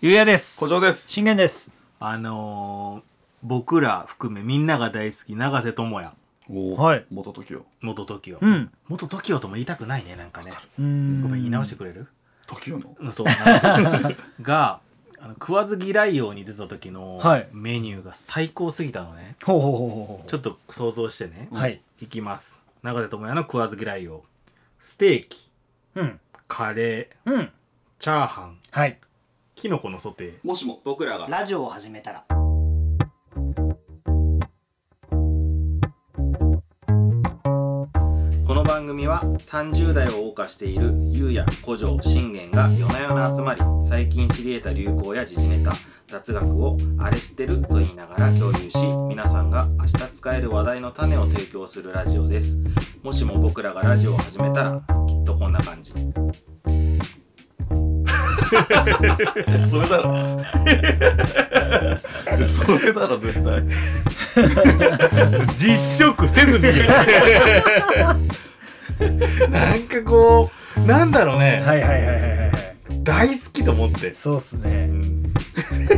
ゆうやです古城です。信玄です。あのー、僕ら含めみんなが大好き永瀬智也おーはい元時を。元 TOKIO、うん。元 TOKIO とも言いたくないねなんかねごごめんめ言い直してくれる時をの。うんそうなんかがあの食わず嫌いように出た時のはいメニューが最高すぎたのね、ほうほうほうほうほう。ちょっと想像してね、はい。いきます永瀬智也の食わず嫌いようステーキうん。カレーうん。チャーハンはい。キノコのソテーもしも僕らがラジオを始めたらこの番組は30代を謳歌しているゆうや古城信玄が夜な夜な集まり最近知り得た流行や時事ネタ雑学をあれ知ってると言いながら共有し皆さんが明日使える話題の種を提供するラジオですもしも僕らがラジオを始めたらきっとこんな感じ それだろそれだろ絶対実食せずに なんかこうなんだろうね、はいはいはいはいはい。大好きと思って、そうっすね。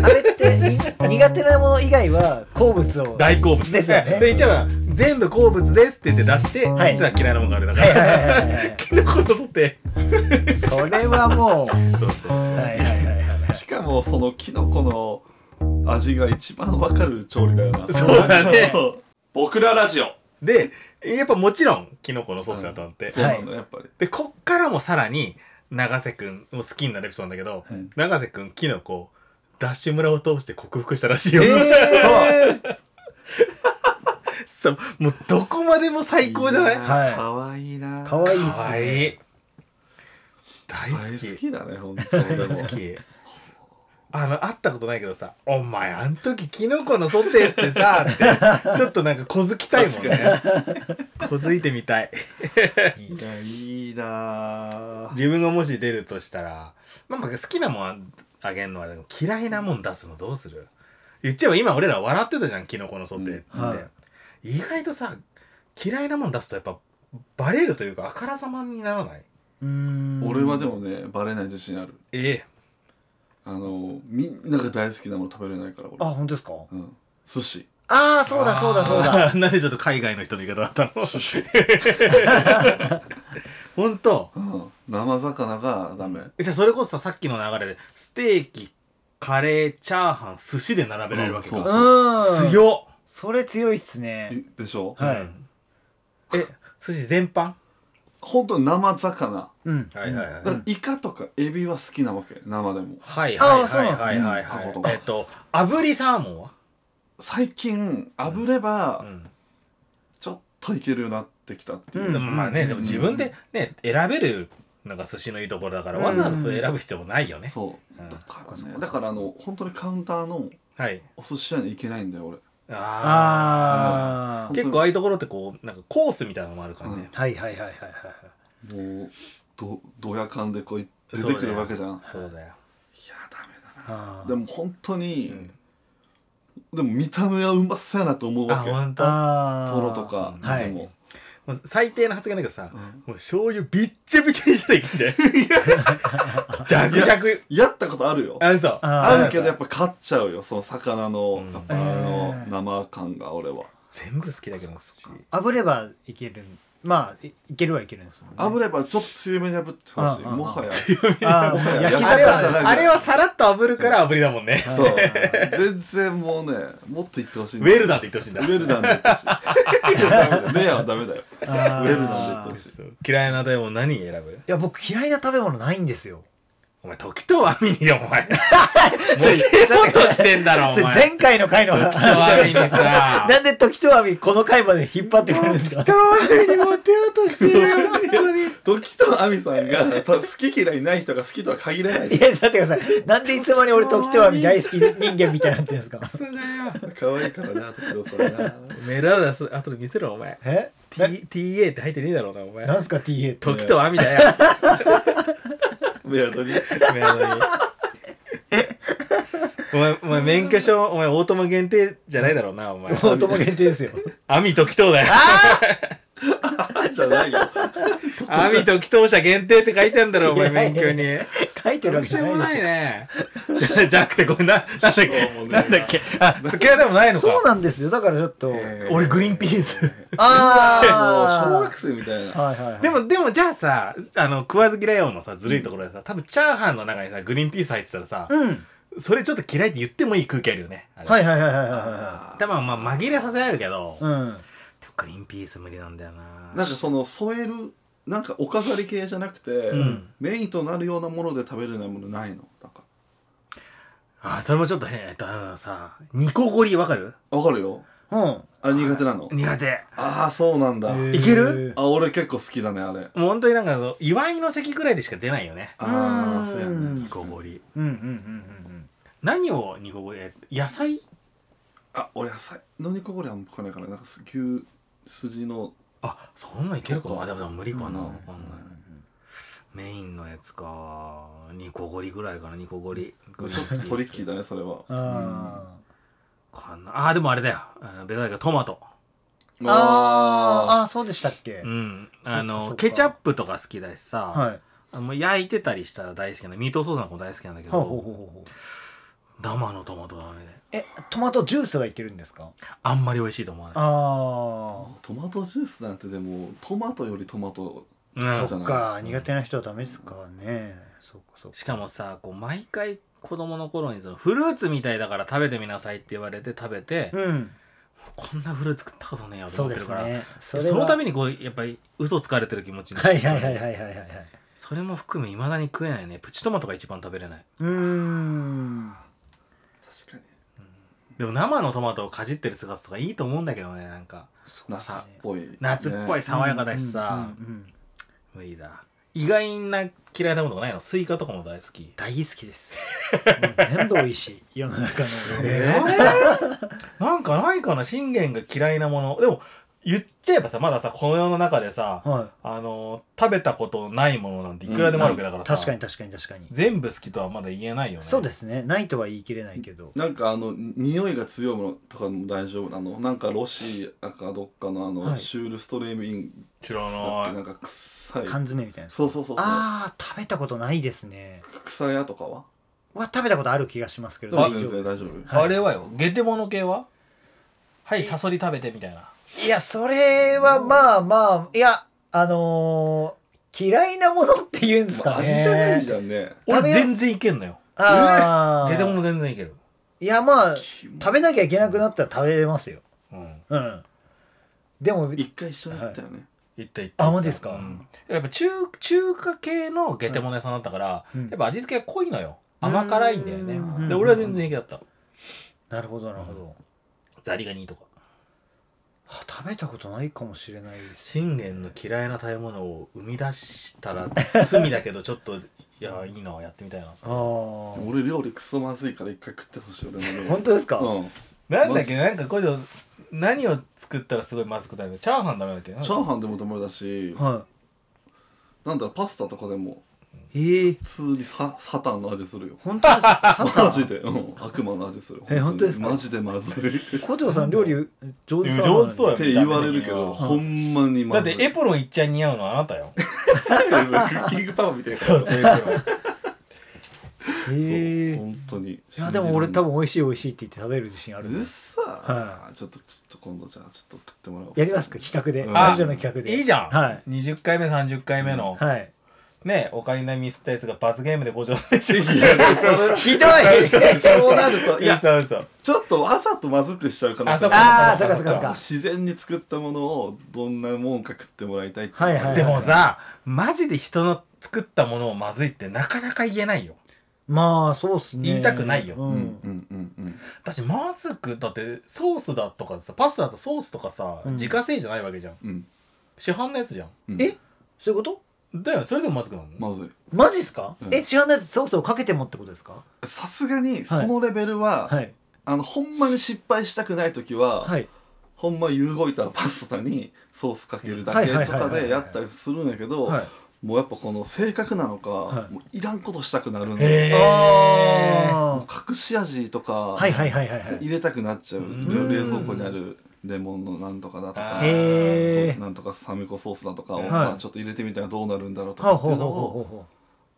あれって、に苦手なもの以外は、好物を。大好物ですよねで一応は全部好物ですって言って出して、はい実は嫌いなものがあるだかはいらはいはいはい。キノコのソテそれはもう。ー。そうそうそう。はいはいはいはい。しかもそのキノコの味が一番わかる調理だよなそうだねそう 僕らラジオで、やっぱもちろん、キノコのソースだと思って。そうなの、やっぱりで、こっからもさらに、長瀬くんを好きになるエピソードなんだけど、はい長瀬くん、キノコを、ダッシュ村を通して克服したらしいよ。そう、もうどこまでも最高じゃないやはいかわいいなかわいいっかすわね。いい。大好大好き。きだね本当に大好でもき。あの、会ったことないけどさ、お前、あん時、キノコのソテーってさ、って、ちょっとなんか、小突きたいもんね。 小突いてみたい。いやいいな自分がもし出るとしたらまあまあ好きなもんあげんのはあれだけど嫌いなもん出すのどうする言っちゃえば今俺ら笑ってたじゃんキノコのソテーっつって、うんはい意外とさ嫌いなもん出すとやっぱバレるというかあからさまにならないうーん俺はで。もねバレない自信あるえあのみんなが大好きなもの食べれないから俺あ、本当ですか。うん、寿司ああ、そうだそうだそうだ。だ なんでちょっと海外の人の言い方だったの寿司、 本当うん、生魚がダメじゃあそれこそささっきの流れでステーキカレーチャーハン寿司で並べられるわけうんか、そううん。。強っ、それ強いっすいね。でしょはいうんえ寿司全般本当に生魚うん。はいはいはだからイカとかエビは好きなわけ生でもはいはいあーそうはないんですはねいはいタコとはかい。えっと、炙りサーモンは最近炙ればうん。ちょっといけるようになってきたっていう、うんでもまあね、でも自分でね、選べるのが寿司のいいところだから、わざわざそれ選ぶ必要もないよね。そううんだからねだからあの本当にカウンターのはい。お寿司屋に行けないんだよ俺あああ。あ。結構ああいうところってこう、なんかコースみたいなのもあるからね。はいはいはいはいはい。もうどどやかんでこうい出てくるわけじゃんいやそうダだよ。メだあなーでも本当うに、ん。でも見た目はうまそうやなと思うあ、わけほんと。もあートロとかはいでも、う最低な発言だけどさう、んもう醤油びっちゃびちゃにしたらいけんじゃないじ ゃくじゃく。やったことあるよあ、嘘。ああーるけどやっぱ買っちゃうよその魚の、うんやっぱあの生感が俺は全部好きだけど、寿司。炙ればいけるまあいいけるはいけるんですもんね炙ればちょっと強めに炙ってほしいうんうんうんもはやあもはーや焼きあれ焼き魚魚は、あれはさらっと炙るから炙りだもんね。そうはい全然もうねもっと言ってほしいウェルダンって言ってほしいんだウ。ェルダンで言ってほしいいやダメだよレアはダメだよウウェルダンで言ってほしい嫌いな食べ物何選ぶいや僕嫌いな食べ物ないんですよお前、時とはみによ、お前。も それう手元してんだろ、おそれ前。前回の回の話時とはみにですさ。なんで時とわみこの回まで引っ張ってくるんですかとはみにモテようとしてるよ、本当に。時と亜美さん が多分好き嫌いない人が好きとは限らないいやちょっと待ってくださいなんでいつまに俺時とわみ大好き人間みたいになってるんですかクソがよ。可愛いからな時とさん なメールアドレス、後で見せろ、お前。え T- TA って入ってねえだろうな、お前な。んすか TA って時とはみだよ。メアドにメールにお前、お前、免許証、お前、オートマ限定じゃないだろうな、お前。もうとも限定ですよ網時とだよ。じゃないよ。阿弥時答者限定って書いてあるんだろ、お前いや免いや許に。書いてるどわうけしじゃようもなないいでしね。 じゃじゃなくて、これな、なんだっしょうけも、なないなんだっけ、あ、嫌いでもないょのか。そうなんですよだからちょっと俺グリーンピースもうああ小学生みたいな。はいはいはいでも、でも、じゃあさ、あの、食わず嫌い王のさ、ずるいところでさ、多分、チャーハンの中にさ、グリーンピース入ってたらさ、うんそれちょっと嫌いって言ってもいい空気あるよね。あれはいはいはいはいはいは多分、まあ、紛れさせられるけど、いうんでもグリーンピース無理なんだよな。なんかその添えるなんかお飾り系じゃなくて、んメインとなるようなもので食べれないものないのなんかあ、それもちょっと変、えっと、あのさ、ニコゴリわかるわかるようんあれ苦手なの苦手。ああそうなんだ、へーいけるあ俺結構好きだねあれもう本当になんかその、祝いの席ぐらいでしか出ないよね。ああそうやうんねニコゴリ。うんうんうんうん何をニコゴリ、え野菜あ俺野菜のニコゴリあんま来ないからなんかす牛筋のあ、そんなんいけるかそうかあ、でもでも無理かな。うんわかんないメインのやつか。ニコゴリぐらいかな、ニコゴリ。ちょっとトリッキーだねそれはうんあかな。あ、でもあれだよ。あのベタだけどトマト。うーんあーあーそうでしたっけうん。そあそっの、かケチャップとか好きだしさ、はいあの焼いてたりしたら大好きな、ミートソースの子大好きなんだけほうほうど、ほうほう生のトマトがダメで。えトマトジュースはいけるんですかあんまり美味しいと思わない。ああトマトジュースなんてでもトマトよりトマトうんそうじそゃっないか苦手な人はダメですかねそうかそうかしかもさ、こう、毎回子供の頃にその、フルーツみたいだから食べてみなさいって言われて食べて、うんこんなフルーツ食ったことねえよとそう思っでてるすから。ねそそれはのためにこうやっぱり嘘つかれてる気持ちになはるいはいはいはいはいはいはいそれも含めいまだに食えないねプチトマトが一番食べれないうーん確かにでも生のトマトをかじってる姿とかいいと思うんだけどねなんかそうですね夏っぽい夏っぽいね爽やかだしさ、うんうんうん無理だ意外な嫌いなことがないのスイカとかも大好き大好きですもう全部美味しい世の中のえー、 なんかないかな信玄が嫌いなものでも言っちゃえばさまださこの世の中でさはあのー食べたことないものなんていくらでもあるわけだかいらさ、確かに確かに確かに全部好きとはまだ言えないよねそうですねないとは言い切れないけどなんかあのに匂いが強いものとかも大丈夫なのなんかロシアかどっかのあの、はいシュールストレーミング知らだっなていなんか臭い缶詰みたいなそうそうそうそうあー食べたことないですね臭いやとかはは食べたことある気がしますけどあ大丈夫です全然大はいあれはよ、ゲテモノ系ははい、サソリ食べてみたいな。いや、それはまあまあ、いや、あのー嫌いなものって言うんですまかあね。味じゃないじゃんね食べ俺や全然いけんのよ。あゲテモノー全然いける。いや、まあ、食食べなきゃいけなくなったら食べれますよ。うん。うん。でも、一回一緒に行ったよね、いったいった。あ、マジですか、うんやっぱ中中華系のゲテモノ屋さんだったから、うんやっぱ味付けが濃いのよ。甘辛いんだようね。んで、俺は全然平気だった。なるほど、なるほど。ザリガニとか。あ食べたことないかもしれないです。信玄の嫌いな食べ物を生み出したら罪だけど、ちょっと、いや、いいな、やってみたいなああ。さ。本俺料理クソまずいから一回食ってほしい俺の料理当ですか、うんなんだっけ、なんかこれ、何を作ったらすごいまずくなるのチャーハンダメだっけチャーハンでもダメだし、はなんだろうパスタとかでもい。ええ普通にササタンの味するよ本当です かマジで、うん、悪魔の味するえ本当ですかマジでまずいっ小城さん料理上手そうなのに上手そうやて言われるけうどんほんまにまだっずいてエプロンいっちゃん似合うのはあなたよ。クッキングパパみたいなそうそういうことへえ本当にいいやでも俺多分美味しい美味しいって言って食べる自信あるんうっでさ、はちょっとちょっと今度じゃあちょっと食ってもらおうやりますか企画で、うんラジオの企画で いいじゃん。はい20回目、30回目の、はいね、オカリナミスったやつが罰ゲームでご上でしょ。ひどいそうなるといいや、やそう嘘。ちょっとわざとまずくしちゃう可能性ああああそっかそっかそっるか自然に作ったものをどんなもんか食ってもらいたいってはいはいでもさ、マジで人の作ったものをまずいってなかなか言えないよ。まあそうっすね言いたくないよう、うんんうんうんうん私、まずく、だってソースだとかさ、パスタだとソースとかさ、うん自家製じゃないわけじゃん。うん市販のやつじゃん。うんえそういうことだよね、それでもまずくなるの、まずいマジっすか、うんえ市販のやつソースをかけてもってことですかさすがにそのレベルは、はいあのほんまに失敗したくない時は、はいほんま湯動いたパスタにソースかけるだけとかでやったりするんやけど、はいもうやっぱこの性格なのか、はいもういらんことしたくなるんで、へー。あもう隠し味とかーはいはいはいはいはい入れたくなっちゃう、うん冷蔵庫にあるレモンのなんとかだとかあーへそーうなんとかサミコソースだとかをはさいちょっと入れてみたらどうなるんだろうとはかあっていほううのほうほうをほう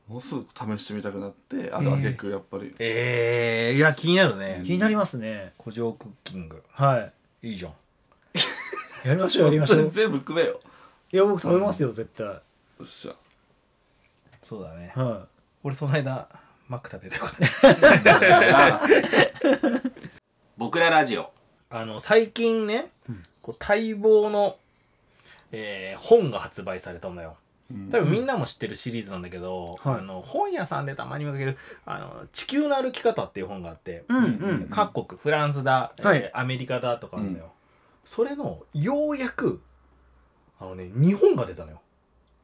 ほもうすぐ試してみたくなってあえのー挙句やっぱりええいや気になるねう気になりますね古城クッキングはいいいじゃんやりましょうやり本ましょ当うに全部食えよよいや僕食べますよ絶対っしゃそうだねは俺その間マック食べてこれ僕らラジオあの最近ね、こう待望の、えー本が発売されたのようん多分みんなも知ってるシリーズなんだけど、はいあの本屋さんでたまに見かける「あの地球の歩き方」っていう本があってい、うんうん各国フランスだ、えーはいアメリカだとかあるのよ、それのようやくあのね日本が出たのよ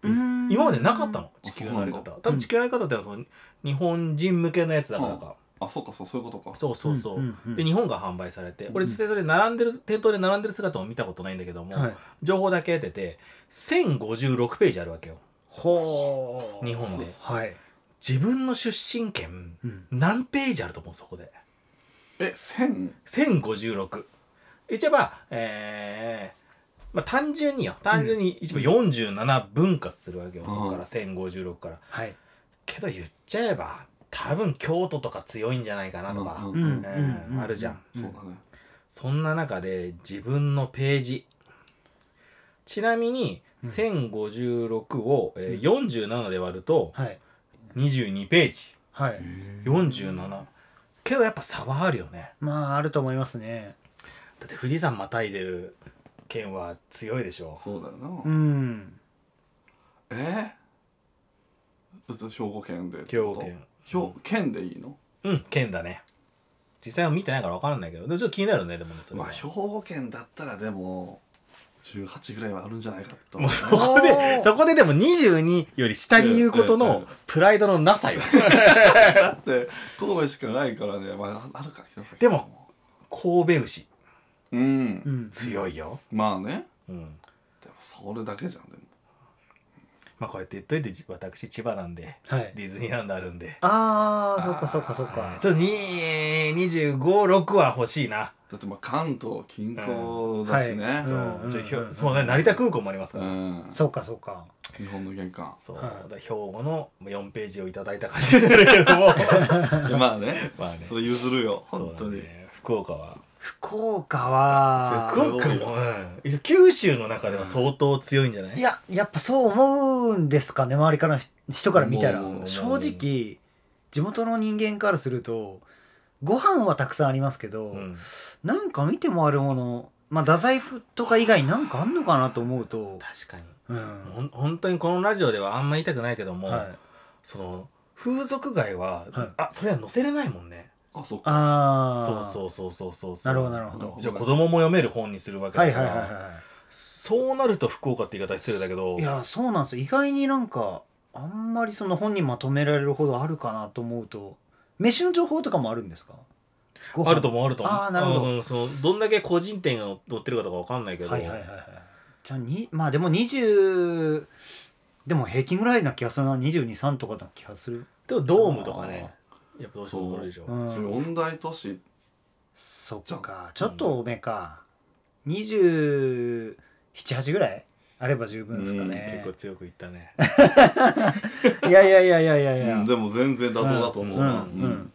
今までなかったの地球の歩きあそう方多分地球の歩き方ってのはその日本人向けのやつだからか、あそうかそうそういうことかそうそうそう、んんんで日本が販売されて、俺実際それ並んでる店頭で並んでる姿も見たことないんだけども、はい情報だけ出て1056ページあるわけよほう日本ではい、自分の出身県うん、何ページあると思うそこでえ千1056一応まあえーまあ単純によ単純に一応47分割するわけよ、うんそこから1056からはいけど言っちゃえば多分京都とか強いんじゃないかなとか、ううんんうんねうんあるじゃんそうだねそんな中で自分のページちなみにうん1056を、えー47で割るとはい22ページはい47けどやっぱ差はあるよねまああると思いますねだって富士山またいでる県は強いでしょそうだようなんえちょっと兵庫県でって兵こ庫と県兵県でいいのうん県だね実際は見てないから分かんないけどでもちょっと気になるねでもねそれまはあ兵庫県だったらでも18ぐらいはあるんじゃないかともうそこおーでそこででも22より下に言うことうんうんうのんプライドのなさよだって神戸しかないからね、まあ、あるか北崎でも神戸牛うん、うん強いよ、まあねうん、でもそれだけじゃんでもまあこうやって言っといてじ私千葉なんではいディズニーランドあるんでああそっかそっかそっはかいちょっと256は欲しいな、だってまあ関東近郊だしね、はいそうんうちょひうんうんうょんそうね成田空港もありますうから、んそっかそっか日本の玄関そう、はいだから兵庫の4ページをいただいた感じになるけどもまあね まあねそれ譲るよそう本当に、だね福岡は福岡は福岡福岡も、うん九州の中では相当強いんじゃないいややっぱそう思うんですかね周りからの人から見たら思う思う正直地元の人間からするとご飯はたくさんありますけど、うんなんか見てもあるものまあ太宰府とか以外なんかあんのかなと思うと、確かにうんほん本当にこのラジオではあんま言いたくないけども、はい、その風俗街は、はいあそれは載せれないもんねあそっかあそあうそうそうそうそうそうなるほどなるほどじゃあ子供も読める本にするわけはだいかはいら、はいそうなると福岡って言い方失礼だけどはいいやそうなんですよ意外になんかあんまりその本にまとめられるほどあるかなと思うと飯の情報とかもあるんですかご飯あると思うあると思うあーなるほどうんうんそのどんだけ個人店が載ってるかとかわかんないけど、はいはいはいはいじゃあにまあでも20でも平均ぐらいな気がするな223とかな気がするでもドームとかねやっぱどうしても載るでしょうそれん四大都市そじゃっあかちょっと多めか278ぐらいあれば十分ですかね結構強く言ったねいやいやいやいやいやいや、うんでも全然妥当だと思うな、うんうん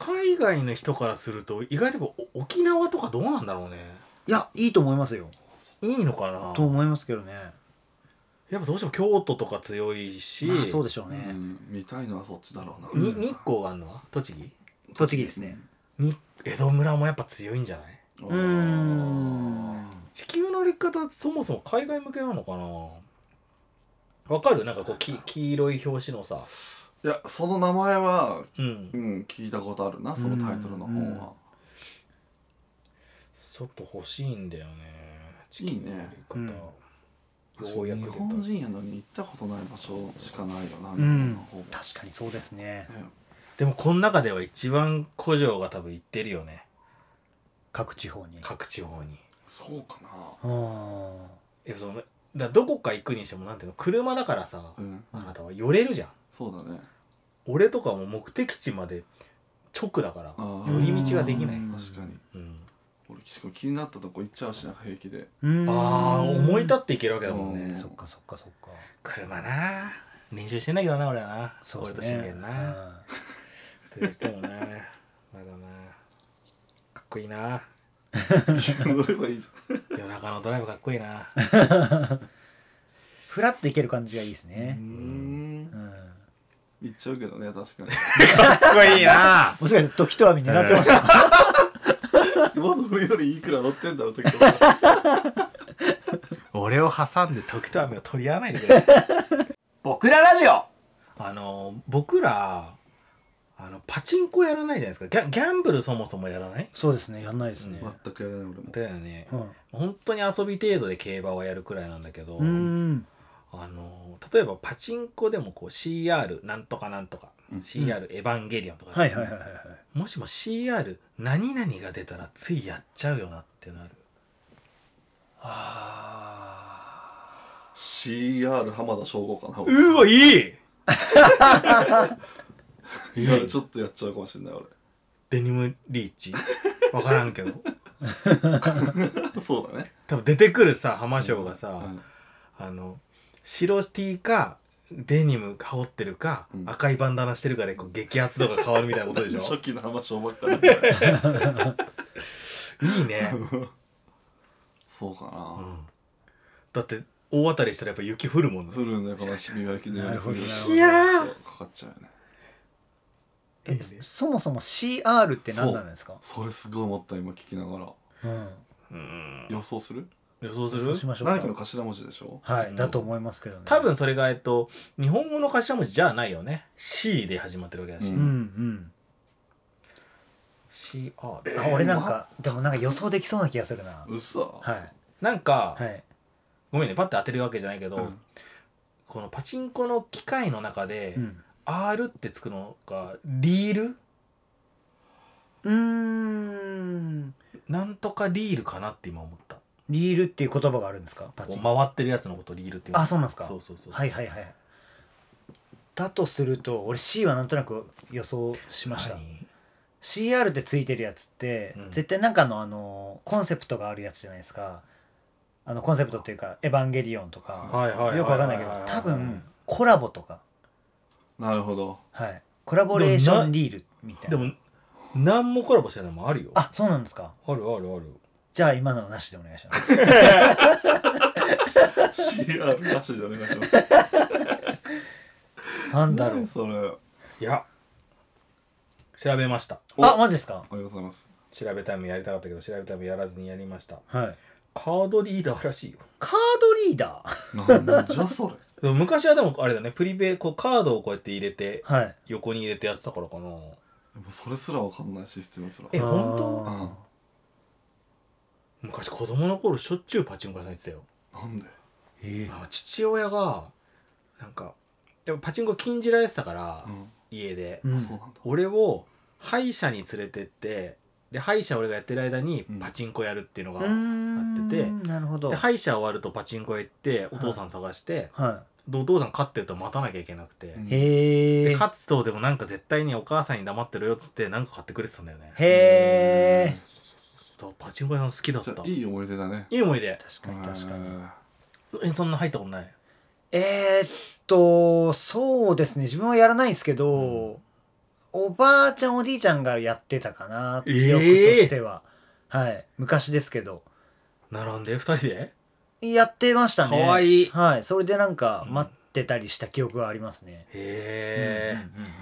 海外の人からすると意外とこうお沖縄とかどうなんだろうねいやいいと思いますよいいのかなと思いますけどねやっぱどうしても京都とか強いし、まあそうでしょうね、うん見たいのはそっちだろうな、に日光があるのは栃木栃木ですねに江戸村もやっぱ強いんじゃないうんうーん地球の歩き方そもそも海外向けなのかなわかるなんかこうき黄色い表紙のさいやその名前はうんうん聞いたことあるなそのタイトルの本は、ちょっと欲しいんだよね地球の歩き方いいねようやく日出た本人やのに行ったことない場所しかないよな、うみんたいな確かにそうですねほぼ、ねでもこの中では一番古城が多分行ってるよね各地方に各地方にそうかなあいやそのだからどこか行くにしてもなんていうの車だからさうんあなたは寄れるじゃんそうだね俺とかも目的地まで直だからあー寄り道ができないうん確かにうん俺昨しかも気になったとこ行っちゃうしなんか平 気でうんああ思い立っていけるわけだもんうねんそっかそっかそっか車な練習してんだけどな俺はなそう俺とです信ね玄などうしてもなまだなかっこいいな乗ればいいじ夜中のドライブかっこいいなフラッといける感じがいいですゃんねう、んうん行っちゃうけどね確かにかっこいいなもしかして時と網狙ってますか、今の俺よりいくら乗ってんだろう時々俺を挟んで時と雨を取り合わないでくれ 僕らラジオあの僕らあのパチンコやらないじゃないですかギャギャンブルそもそもやらない そうですねやんないですね、 全くやらない俺もだよねうん本当に遊び程度で競馬はやるくらいなんだけどうーんあの例えばパチンコでもこう CR なんとかなんとか、うん CR エヴァンゲリオンとか、はいはいはいはいはいもしも CR 何々が出たらついやっちゃうよなってなるあ CR 浜田省吾かなうわいいいやちょっとやっちゃうかもしれないデニムリーチ分からんけ ど俺 そうだね多分出てくるさ浜翔がさ、うんあの白 T かデニム羽織ってるか、うん赤いバンダナしてるかでこう激アツ度が変わるみたいなこと でしょ初期の浜省ばっか りだねいいね、そうかう、なんだって大当たりしたらやっぱ雪降るもんねフルの悲しみがきでなるほどフルなるほどいやかかっちゃうよねーえそもそも CR って何なんですかそれすごい思った今聞きながらうんうん予想する予想すそうしるましょう何かのか頭文字でしょはいだと思いますけどね多分それがえっと日本語の頭文字じゃないよね C で始まってるわけだし、ううんうん CR あ俺なんかでもなんか予想できそうな気がするなうっそはいなんか、はいごめんねパッて当てるわけじゃないけど、うんこのパチンコの機械の中で、うん R ってつくのがリールうーんなんとかリールかなって今思ったリールっていう言葉があるんですかパこチンう回ってるやつのことリールって言うあそうなんですかそうそうそう、はいはいはいだとすると俺 C はなんとなく予想しました何 CR ってついてるやつって、うん絶対なんかのあのコンセプトがあるやつじゃないですかあのコンセプトっていうか「エヴァンゲリオン」とか、はいはいはいはいよくわかんないけど多分コラボとか、なるほどはい、コラボレーションリールみたいでなも何もコラボしてないのもあるよああそうなんですかるあるあるじゃあ今のはなしでお願いします CR なしでお願いしますなんだろ何うそれありいや調べましたおあマジですかがとうございます調べタイムやりたかったけど調べタイムやらずにやりましたはいカードリーダーらしいよカードリーダーなんじゃそれでも昔はでもあれだねプリペイこうカードをこうやって入れてはい横に入れてやってたからかなもうそれすらわかんないシステムすらえう本ん当な昔子供の頃しょっちゅうパチンコ屋さん行ってたよんでえあ父親がなんかやっぱパチンコ禁じられてたから、う家で、うんんそうなんだ俺を歯医者に連れてってで歯医者俺がやってる間にうんパチンコやるっていうのが、うーんっててなるほどではい歯医者終わるとパチンコ屋行ってお父さん探して、でお父さん勝ってると待たなきゃいけなくて、うんへでえ勝つとでもなんか絶対にお母さんに黙ってろよっつってなんか買ってくれてたんだよねへえだからパチンコ屋さん好きだっじゃたあいい思い出だねいい思い出確かに確かにえそんな入ったことないえーっとそうですね自分はやらないんですけど、おばあちゃんおじいちゃんがやってたかなえー記憶としては、はい昔ですけど並んで2人でやってましたねかわいいはい、それでなんかうん待ってたりした記憶はありますね、へえ、うんうんうんうんうん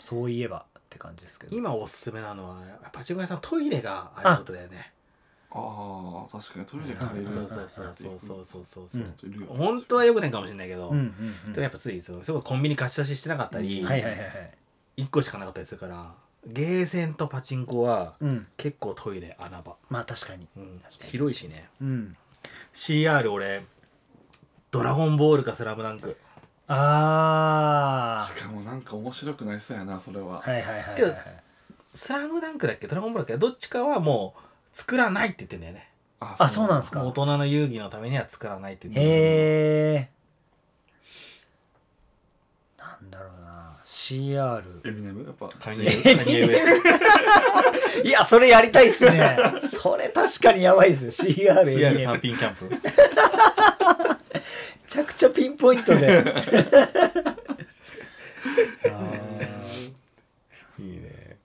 そういえばって感じですけど今おすすめなのはパチンコ屋さんトイレがあることだよねああ確かにトイレ借りるそやうつそうってそうそうそうそうそうそううんいるよね本当はよくないかもしれないけど、うんうんうんでもやっぱついそのそこコンビニ貸し出ししてなかったり、はいはいはいはい1個しかなかったりするからゲーセンとパチンコはうん結構トイレ穴場、まあ確かにうん確かに広いしねうん CR 俺ドラゴンボールかスラムダンクあしかもなんか面白くなりそうやなそれはあはいはいはいはいけどはいスラムダンクだっけドラゴンボールだっけどっちかはもう作らないって言ってんだよねあそうなんだですか大人の遊戯のためには作らないって言ってんだよねへえなんだろうな CR エミネムやっぱカニエカニエウエストいやそれやりたいっすねそれ確かにやばいですね CR め CR 三品キャンプちゃくちゃピンポイントで あいいね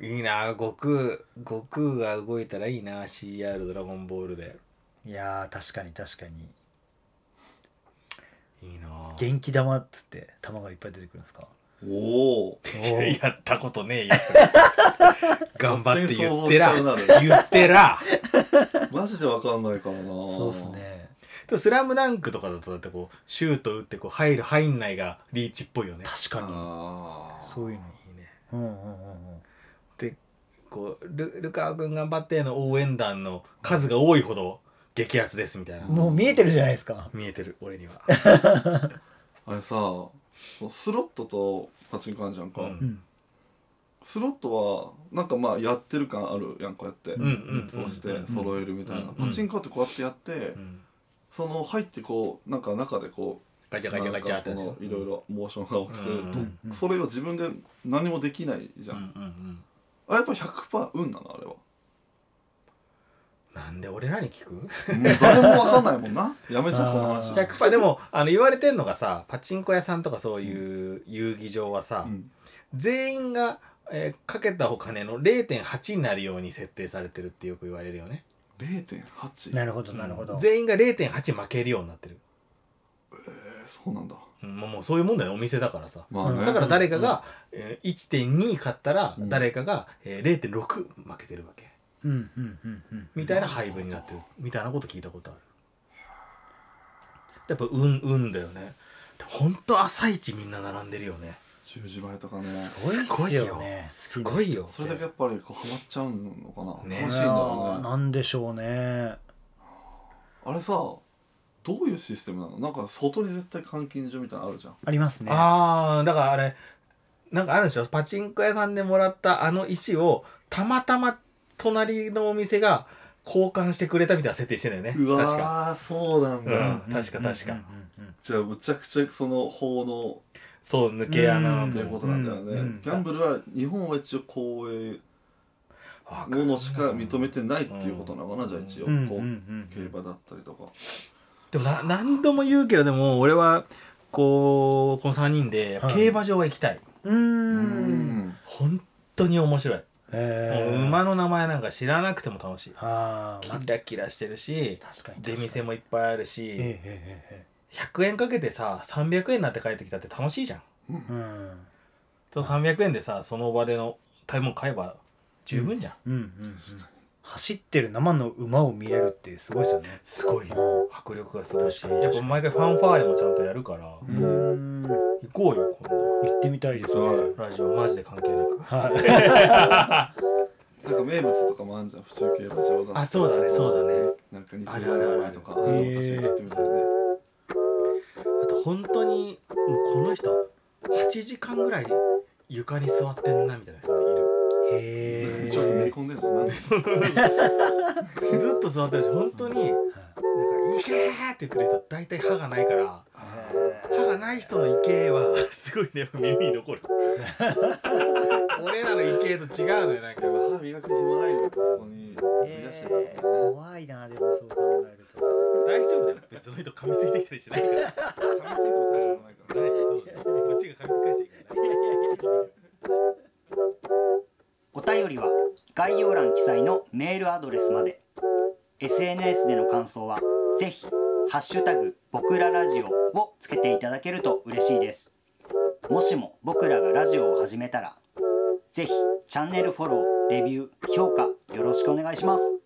いいな悟空悟空が動いたらいいな CR ドラゴンボールでーいやー確かに確かにいいな元気玉っつって玉がいっぱい出てくるんですかおおやったことねえやつ頑張って勝手に言って想像しちゃうならで言ってらマジでわかんないからなそうですねでもスラムダンクとかだとだってこうシュート打ってこう入る入んないがリーチっぽいよね確かにあーそういうのいいねうんうんうんうんでこうルルカワ君頑張っての応援団の数が多いほど激アツですみたいな、もう見えてるじゃないですか見えてる俺に はあれさスロットとパチンコあるじゃんか、うんうんスロットはなんかまあやってる感あるやんこうやって、うんうんそうしうてん揃えるみたいな、うんパチンコってこうやってやって、うんその入ってこうなんか中でこガチうャガチャなんガチャかっそてのいろいろモーションが起きてると、うんうんそれを自分で何もできないじうゃんん、うんうんあやっぱ100%運なのあれはなんで俺らに聞くもう誰もわかんないもんなやめちゃうこのあ話ー ?100% でもあの言われてんのがさパチンコ屋さんとかそういう遊技場はさ、うん全員が、えーかけたお金の0.8になるように設定されてるってよく言われるよね0.8なるほどなるほうどん全員が0.8負けるようになってる、えーそうなんだうん、もうもうそういうもんだよねお店だからさまあうねんだから誰かが、えー1.2買ったらうん誰かが、えー0.6負けてるわけうんうんうんうんみたいな配分になってるみたいなこと聞いたことあるやっぱ運運だよねほんと朝一みんな並んでるよね10時前とかねすごいっすよねすごいよそれだけやっぱりこうハマっちゃうのかな、ね楽しいんだろあーうねなんでしょうねあれさどういうシステムなのなんか外に絶対監禁所みたいなのあるじゃんありますねああだからあれなんかあるんでしょパチンコ屋さんでもらったあの石をたまたま隣のお店が交換してくれたみたいな設定してんだよねうわ確ーかそうなんだ、うん確うか確かんうんじゃあむちゃくちゃその法のそう抜け穴なうんってだいうよことなんだよね、うんうんギャンブルは日本は一応公営わかもるのしか認めてないっていうことなのかな、じゃあ一応、うんうんこううん競馬だったりとかでもな何度も言うけどでも俺はこうこの3人ではい競馬場は行きたい、うーん本当に面白い、もえうー馬の名前なんか知らなくても楽しいあーまキラキラしてるし確かに確か出に店もいっぱいあるえし、ええええ100円かけてさ300円になって帰ってきたって楽しいじゃんえうんと300円でさその場での買い物買えば十分じゃん、うんうんうん走ってる生の馬を見れるってすごいですよねすごいよ迫力がすごいしやっぱ毎回ファンファーレもちゃんとやるからうーん行行こうよ今度ってみたいですねそうラジオマジで関係なくはいなんか名物とかもあるじゃん府中競馬場だあそうだねそうだねなんか肉あるあるあるとかああいうの私も食ってみたいねあと本当にもうこの人8時間ぐらい床に座ってんなみたいな人がいへえちょっとめり込んでるのなんるずっと座ってるし本当になんか「いけー!」って言ってる人大体歯がないから歯がない人の「いけー」は すごいね耳に残る俺らの「いけー」と違うのよなんか歯磨く暇ないのよそこに費やしてたえー怖いなでもそう考えると大丈夫だよ別の人噛みついてきたりしないから噛ないみついても大丈夫ないからねそうだよこっちが噛みつく返していいからねお便りは概要欄記載のメールアドレスまで SNS での感想はぜひ「ハッシュタグ僕らラジオ」をつけていただけると嬉しいですもしも僕らがラジオを始めたらぜひチャンネルフォローレビュー評価よろしくお願いします